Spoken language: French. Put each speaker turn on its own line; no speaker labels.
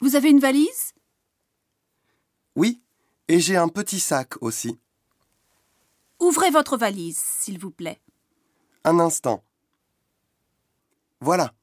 Vous avez une valise
Oui, et j'ai un petit sac aussi.
Ouvrez votre valise, s'il vous plaît.
Un instant. Voilà.